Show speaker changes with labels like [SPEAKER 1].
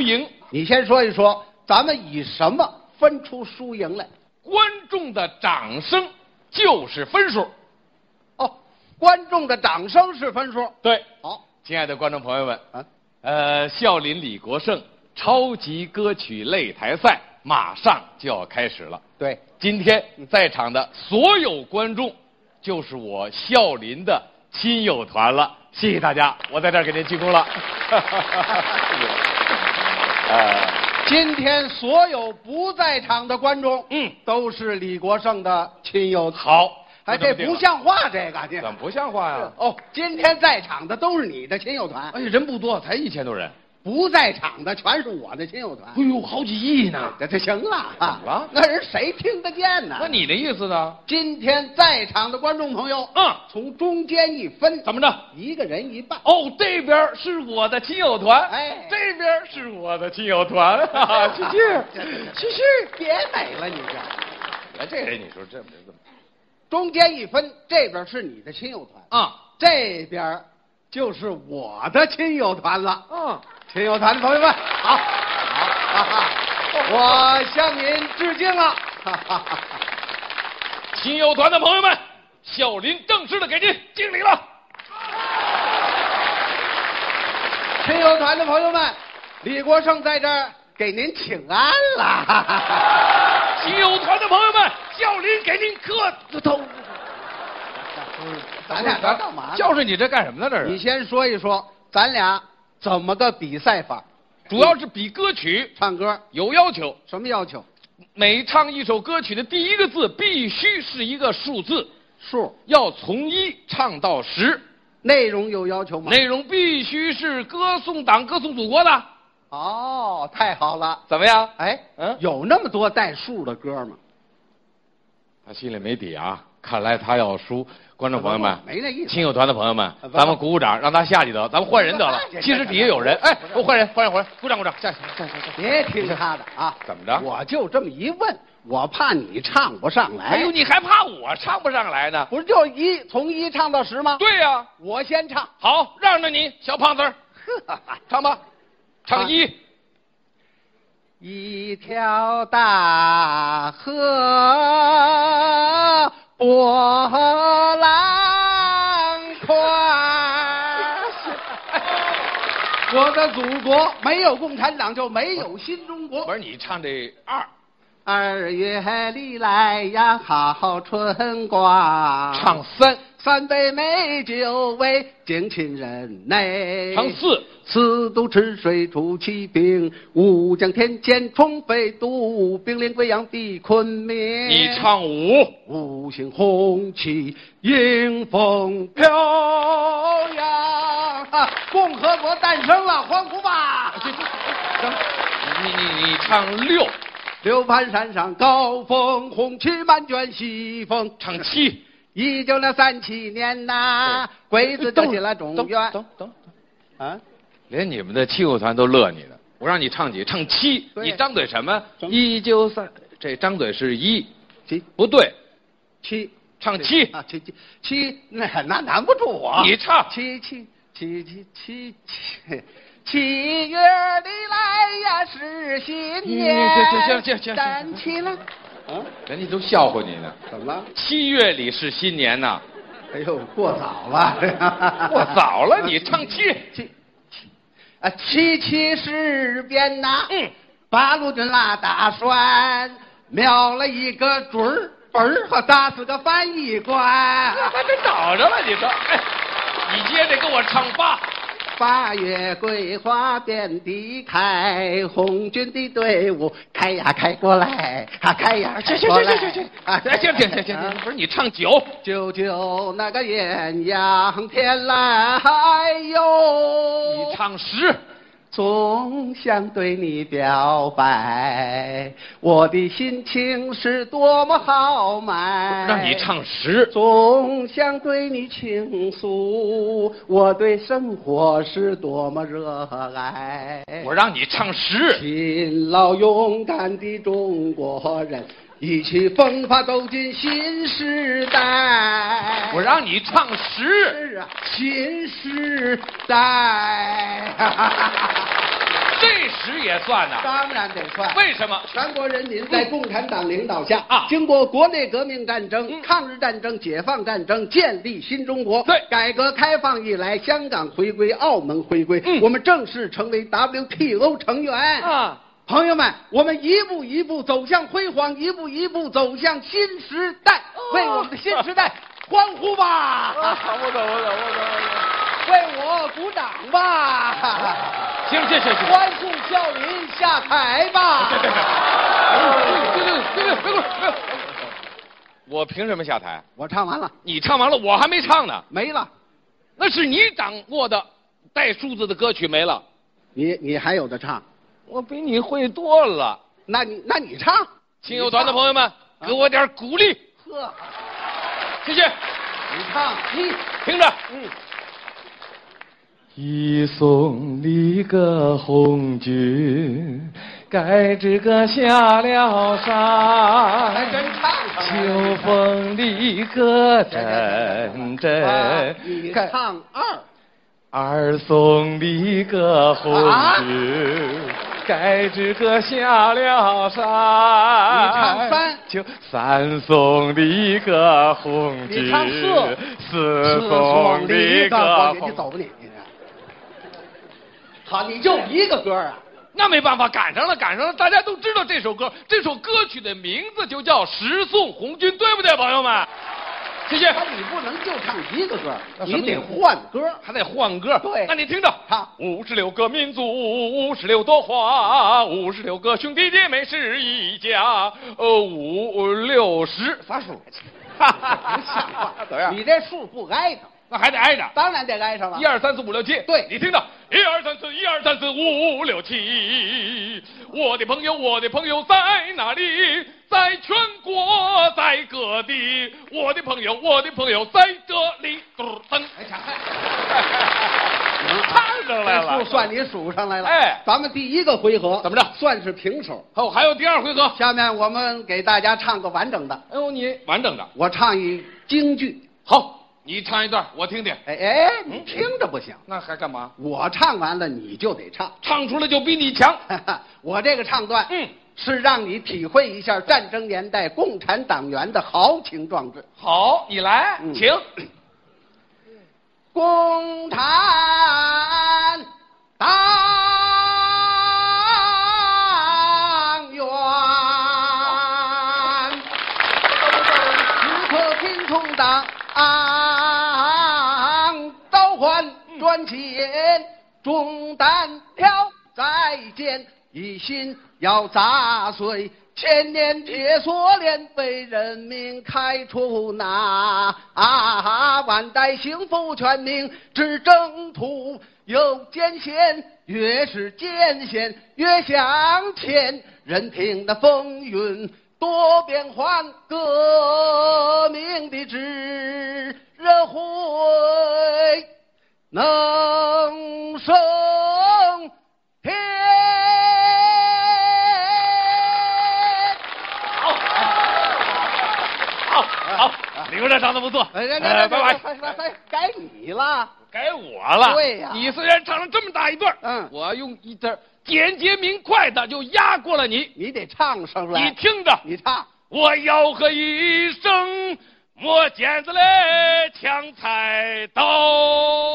[SPEAKER 1] 赢，
[SPEAKER 2] 你先说一说，咱们以什么分出输赢来？
[SPEAKER 1] 观众的掌声就是分数。
[SPEAKER 2] 哦，观众的掌声是分数。
[SPEAKER 1] 对，
[SPEAKER 2] 好
[SPEAKER 1] 亲爱的观众朋友们，
[SPEAKER 2] 啊，
[SPEAKER 1] 呃，笑林李国盛超级歌曲擂台赛马上就要开始了。
[SPEAKER 2] 对，
[SPEAKER 1] 今天在场的所有观众，就是我笑林的亲友团了。谢谢大家，我在这儿给您鞠躬了。 呃，
[SPEAKER 2] 今天所有不在场的观众，
[SPEAKER 1] 嗯，
[SPEAKER 2] 都是李国盛的亲友。，
[SPEAKER 1] 好，
[SPEAKER 2] 哎，
[SPEAKER 1] 就
[SPEAKER 2] 这
[SPEAKER 1] 么定
[SPEAKER 2] 不
[SPEAKER 1] 了，
[SPEAKER 2] 像话，这个
[SPEAKER 1] 怎么
[SPEAKER 2] 你。
[SPEAKER 1] 不像话呀？
[SPEAKER 2] 哦，今天在场的都是你的亲友团
[SPEAKER 1] 哎，呀，人不多，才一千多人。
[SPEAKER 2] 不在场的全是我的亲友团。
[SPEAKER 1] 哎呦，好几亿呢！
[SPEAKER 2] 这这行了啊
[SPEAKER 1] 怎么了
[SPEAKER 2] 那人谁听得见呢？
[SPEAKER 1] 那你的意思呢？
[SPEAKER 2] 今天在场的观众朋友，
[SPEAKER 1] 嗯
[SPEAKER 2] 从中间一分，
[SPEAKER 1] 怎么着？
[SPEAKER 2] 一个人一半。
[SPEAKER 1] 哦，这边是我的亲友团，
[SPEAKER 2] 哎
[SPEAKER 1] 这边是我的亲友 团，哈
[SPEAKER 2] 啊
[SPEAKER 1] 哈，去去去去！
[SPEAKER 2] 别美了，你这
[SPEAKER 1] 哎，这人你说这这怎么？
[SPEAKER 2] 中间一分，这边是你的亲友团，
[SPEAKER 1] 啊
[SPEAKER 2] 这边就是我的亲友团了。
[SPEAKER 1] 啊！
[SPEAKER 2] 亲友团的朋友们，好，好，哈哈，我向您致敬了。 哈哈哈哈
[SPEAKER 1] 亲友团的朋友们，小林正式的给您敬礼了。
[SPEAKER 2] 亲友团的朋友们，李国盛在这儿给您请安了。哈哈哈哈
[SPEAKER 1] 亲友团的朋友们，小林给您磕头。
[SPEAKER 2] 咱俩这干嘛呢？
[SPEAKER 1] 就是你这干什么呢？这
[SPEAKER 2] 你
[SPEAKER 1] 是，
[SPEAKER 2] 先说一说，咱俩怎么个比赛法？
[SPEAKER 1] 主要是比歌曲
[SPEAKER 2] 唱歌
[SPEAKER 1] 有要求，
[SPEAKER 2] 什么要求？
[SPEAKER 1] 每唱一首歌曲的第一个字必须是一个数字，
[SPEAKER 2] 数
[SPEAKER 1] 要从一唱到十。
[SPEAKER 2] 内容有要求吗？
[SPEAKER 1] 内容必须是歌颂党、歌颂祖国的，
[SPEAKER 2] 哦，太好了！
[SPEAKER 1] 怎么样？
[SPEAKER 2] 哎，
[SPEAKER 1] 嗯
[SPEAKER 2] 有那么多带数的歌吗？
[SPEAKER 1] 他心里没底啊，看来他要输。观众朋友们，
[SPEAKER 2] 没那意思
[SPEAKER 1] 亲友团的朋友们
[SPEAKER 2] 不，不
[SPEAKER 1] 咱们鼓鼓掌，让他下去得了，咱们换人得 了
[SPEAKER 2] 不。是
[SPEAKER 1] 其实底下有人，哎，我换人，换人，换人，鼓掌，鼓掌，下去。
[SPEAKER 2] 别听他的啊！
[SPEAKER 1] 怎么着
[SPEAKER 2] 我就这么一问，我怕你唱不上来。
[SPEAKER 1] 哎呦，你还怕我唱不上来呢？
[SPEAKER 2] 不是就一从一唱到十吗？，
[SPEAKER 1] 对呀、
[SPEAKER 2] 我先唱。
[SPEAKER 1] 好，让着你，小胖子儿，唱吧，唱一，
[SPEAKER 2] 一条大河波浪
[SPEAKER 1] 啊
[SPEAKER 2] 宽。我的祖国没有共产党就没有新 中
[SPEAKER 1] 不
[SPEAKER 2] 国。
[SPEAKER 1] 是你唱这二，
[SPEAKER 2] 二月里来呀，好春光。
[SPEAKER 1] 唱三，
[SPEAKER 2] 三杯美酒为敬亲人内。
[SPEAKER 1] 唱四，
[SPEAKER 2] 四渡赤水出奇兵，五将天堑冲飞渡，兵临贵阳避昆明。
[SPEAKER 1] 你唱五，
[SPEAKER 2] 五星红旗迎风飘扬、啊，共和国诞生了，欢呼
[SPEAKER 1] 啊
[SPEAKER 2] 吧！
[SPEAKER 1] 你你你唱六，
[SPEAKER 2] 六盘山上高峰，红旗满卷西风。
[SPEAKER 1] 唱七，
[SPEAKER 2] 一九六三七年呐、啊鬼子走进了中
[SPEAKER 1] 等
[SPEAKER 2] 原。
[SPEAKER 1] 等等，
[SPEAKER 2] 啊，
[SPEAKER 1] 连你们的亲友团都乐你呢。我让你唱几，唱七，
[SPEAKER 2] 对
[SPEAKER 1] 你张嘴什么？
[SPEAKER 2] 张
[SPEAKER 1] 一九三，这张嘴是一，
[SPEAKER 2] 七
[SPEAKER 1] 不对，
[SPEAKER 2] 七
[SPEAKER 1] 唱嗯七，
[SPEAKER 2] 啊，七七七，那那难不住我。
[SPEAKER 1] 你唱
[SPEAKER 2] 七七七七七七。七月里来呀是新
[SPEAKER 1] 嗯行行
[SPEAKER 2] 年，
[SPEAKER 1] 行行行
[SPEAKER 2] 站起来。啊，
[SPEAKER 1] 人家都笑话你呢。
[SPEAKER 2] 怎么了？
[SPEAKER 1] 七月里是新年呐，
[SPEAKER 2] 哎呦，过早了，
[SPEAKER 1] 过早了你唱七，
[SPEAKER 2] 七七啊，七七事变呐，
[SPEAKER 1] 嗯，
[SPEAKER 2] 八路军拉大栓，瞄了一个准儿，本儿和打死个翻译官。
[SPEAKER 1] 那啊还真找着了，你说，哎，你接着给我唱八，
[SPEAKER 2] 八月桂花遍地开，红军的队伍开呀开过来，啊开呀开过来，啊
[SPEAKER 1] 哎，行行行行行，不是你唱九，
[SPEAKER 2] 九九那个艳阳天来哟，
[SPEAKER 1] 你唱十，
[SPEAKER 2] 总想对你表白，我的心情是多么豪迈。
[SPEAKER 1] 让你唱十，
[SPEAKER 2] 总想对你倾诉，我对生活是多么热爱。
[SPEAKER 1] 我让你唱十，
[SPEAKER 2] 勤劳勇敢的中国人，意气风发走进新时代。
[SPEAKER 1] 我让你唱十。
[SPEAKER 2] 是啊，新时代。
[SPEAKER 1] 这时也算呐、
[SPEAKER 2] 当然得算。
[SPEAKER 1] 为什么？
[SPEAKER 2] 全国人民在共产党领导下
[SPEAKER 1] 嗯啊
[SPEAKER 2] 经过国内革命战争、
[SPEAKER 1] 嗯
[SPEAKER 2] 抗日战争、解放战争，建立新中国。
[SPEAKER 1] 对
[SPEAKER 2] 改革开放以来，香港回归，澳门回归，
[SPEAKER 1] 嗯
[SPEAKER 2] 我们正式成为 WTO 成员。
[SPEAKER 1] 啊，
[SPEAKER 2] 朋友们，我们一步一步走向辉煌，一步一步走向新时代，
[SPEAKER 1] 哦
[SPEAKER 2] 为我们的新时代欢呼吧！
[SPEAKER 1] 啊，我懂，我懂，我懂，我
[SPEAKER 2] 为我鼓掌吧！
[SPEAKER 1] 懂。行，行行行。
[SPEAKER 2] 欢送笑林下台吧！
[SPEAKER 1] 对对对对对对，别过来， 我凭什么下台？啊
[SPEAKER 2] 我唱完了，
[SPEAKER 1] 你唱完了，我还没唱呢。
[SPEAKER 2] 没了。
[SPEAKER 1] 那是你掌握的带数字的歌曲没了，
[SPEAKER 2] 你你还有的唱，
[SPEAKER 1] 我比你会多了。
[SPEAKER 2] 那你那你唱，
[SPEAKER 1] 亲友团的朋友们，给我点鼓励，
[SPEAKER 2] 呵，
[SPEAKER 1] 谢谢。
[SPEAKER 2] 你唱，你
[SPEAKER 1] 听着，嗯，
[SPEAKER 3] 一送你个红军，该这个下了
[SPEAKER 2] 还
[SPEAKER 3] 山。
[SPEAKER 2] 真唱上
[SPEAKER 3] 秋风里个阵
[SPEAKER 2] 了啊
[SPEAKER 3] 阵，
[SPEAKER 2] 你
[SPEAKER 3] 该
[SPEAKER 2] 唱二，
[SPEAKER 3] 二送你个红
[SPEAKER 2] 啊
[SPEAKER 3] 军，该这个下了山。
[SPEAKER 2] 你唱三
[SPEAKER 3] 就三送你个红军，
[SPEAKER 2] 你唱四
[SPEAKER 3] 四送你个
[SPEAKER 2] 你
[SPEAKER 3] 红
[SPEAKER 2] 走吧你。你好，你就一个歌啊？
[SPEAKER 1] 那没办法，赶上了，赶上了。大家都知道这首歌，这首歌曲的名字就叫《十送红军》，对不对，朋友们？谢谢。
[SPEAKER 2] 那你不能就唱一个歌，
[SPEAKER 1] 那什么
[SPEAKER 2] 你得换歌。
[SPEAKER 1] 还得换歌。
[SPEAKER 2] 对
[SPEAKER 1] 那你听着，
[SPEAKER 2] 好
[SPEAKER 1] 五十六个民族，五十六朵花，五十六个兄弟姐妹是一家，呃，五六十，
[SPEAKER 2] 啥数？
[SPEAKER 1] 哈！
[SPEAKER 2] 不像话
[SPEAKER 1] 怎么样？
[SPEAKER 2] 你这数不挨上，
[SPEAKER 1] 那还得挨着。
[SPEAKER 2] 当然得挨上了
[SPEAKER 1] 一。二三四五六七，
[SPEAKER 2] 对
[SPEAKER 1] 你听着，一二三四，一二三四五五六七，我的朋友，我的朋友在哪里？在全国，在各地，我的朋友，我的朋友在这里，嘟儿噔，
[SPEAKER 2] 哎抢看
[SPEAKER 1] 看上来了，
[SPEAKER 2] 嗯这数算你数上来了。
[SPEAKER 1] 哎
[SPEAKER 2] 咱们第一个回合
[SPEAKER 1] 怎么着
[SPEAKER 2] 算是平手。
[SPEAKER 1] 哦，还有第二回合，
[SPEAKER 2] 下面我们给大家唱个完整的，
[SPEAKER 1] 哎呦，你完整的
[SPEAKER 2] 我唱一京剧。
[SPEAKER 1] 好，你唱一段我听听。
[SPEAKER 2] 哎哎，
[SPEAKER 1] 嗯
[SPEAKER 2] 你听着不行，
[SPEAKER 1] 那还干嘛？
[SPEAKER 2] 我唱完了你就得唱。
[SPEAKER 1] 唱出来就比你强。
[SPEAKER 2] 我这个唱段，
[SPEAKER 1] 嗯，
[SPEAKER 2] 是让你体会一下战争年代共产党员的豪情壮志。
[SPEAKER 1] 好，你来，
[SPEAKER 2] 嗯
[SPEAKER 1] 请。
[SPEAKER 2] 共产党员，时刻听啊从党召唤，赚钱重担挑再见，一心要砸碎千年铁锁链，为人民开出那啊万代幸福全民之征途。有艰险，越是艰险越向前，任凭那风云多变幻，革命的智慧。能升天。
[SPEAKER 1] 好，好，好，李科长唱的不错。
[SPEAKER 2] 哎，来
[SPEAKER 1] 呃
[SPEAKER 2] 来来
[SPEAKER 1] 拜
[SPEAKER 2] 来
[SPEAKER 1] 拜。
[SPEAKER 2] 来来，该你了。
[SPEAKER 1] 该我了。
[SPEAKER 2] 对呀
[SPEAKER 1] 你虽然唱了这么大一段，
[SPEAKER 2] 嗯
[SPEAKER 1] 我用一段简洁明快的就压过了你。
[SPEAKER 2] 你得唱上
[SPEAKER 1] 你
[SPEAKER 2] 来，
[SPEAKER 1] 听着，
[SPEAKER 2] 你唱。
[SPEAKER 1] 我吆喝一声，磨剪子嘞，抢菜刀。